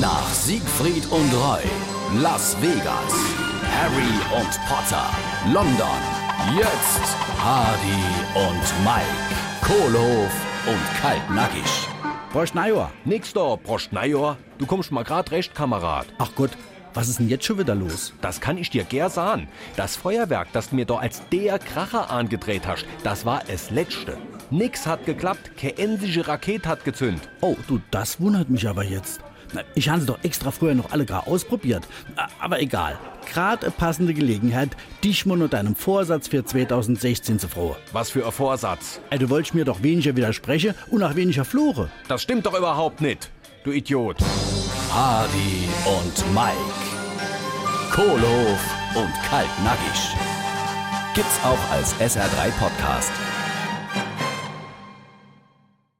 Nach Siegfried und Roy, Las Vegas, Harry und Potter, London, jetzt Hardy und Mike, Kohlhof und Kaltnackig. Frau Schneier. Nix da, Proschneier. Du kommst mal grad recht, Kamerad. Ach Gott, was ist denn jetzt schon wieder los? Das kann ich dir gern sagen. Das Feuerwerk, das du mir da als der Kracher angedreht hast, das war es letzte. Nix hat geklappt, keine einzige Rakete hat gezündet. Oh, du, das wundert mich aber jetzt. Na, Ich habe sie doch extra früher noch alle gar ausprobiert. A- Aber egal. Gerade eine passende Gelegenheit, dich mal nur deinem Vorsatz für 2016 zu frohe. Was für ein Vorsatz. Ey, Du wolltest mir doch weniger widersprechen und auch weniger fluche. Das stimmt doch überhaupt nicht, du Idiot. Hardy und Mike, Kohlhof und Kaltnackig. Gibt's auch als SR3 Podcast.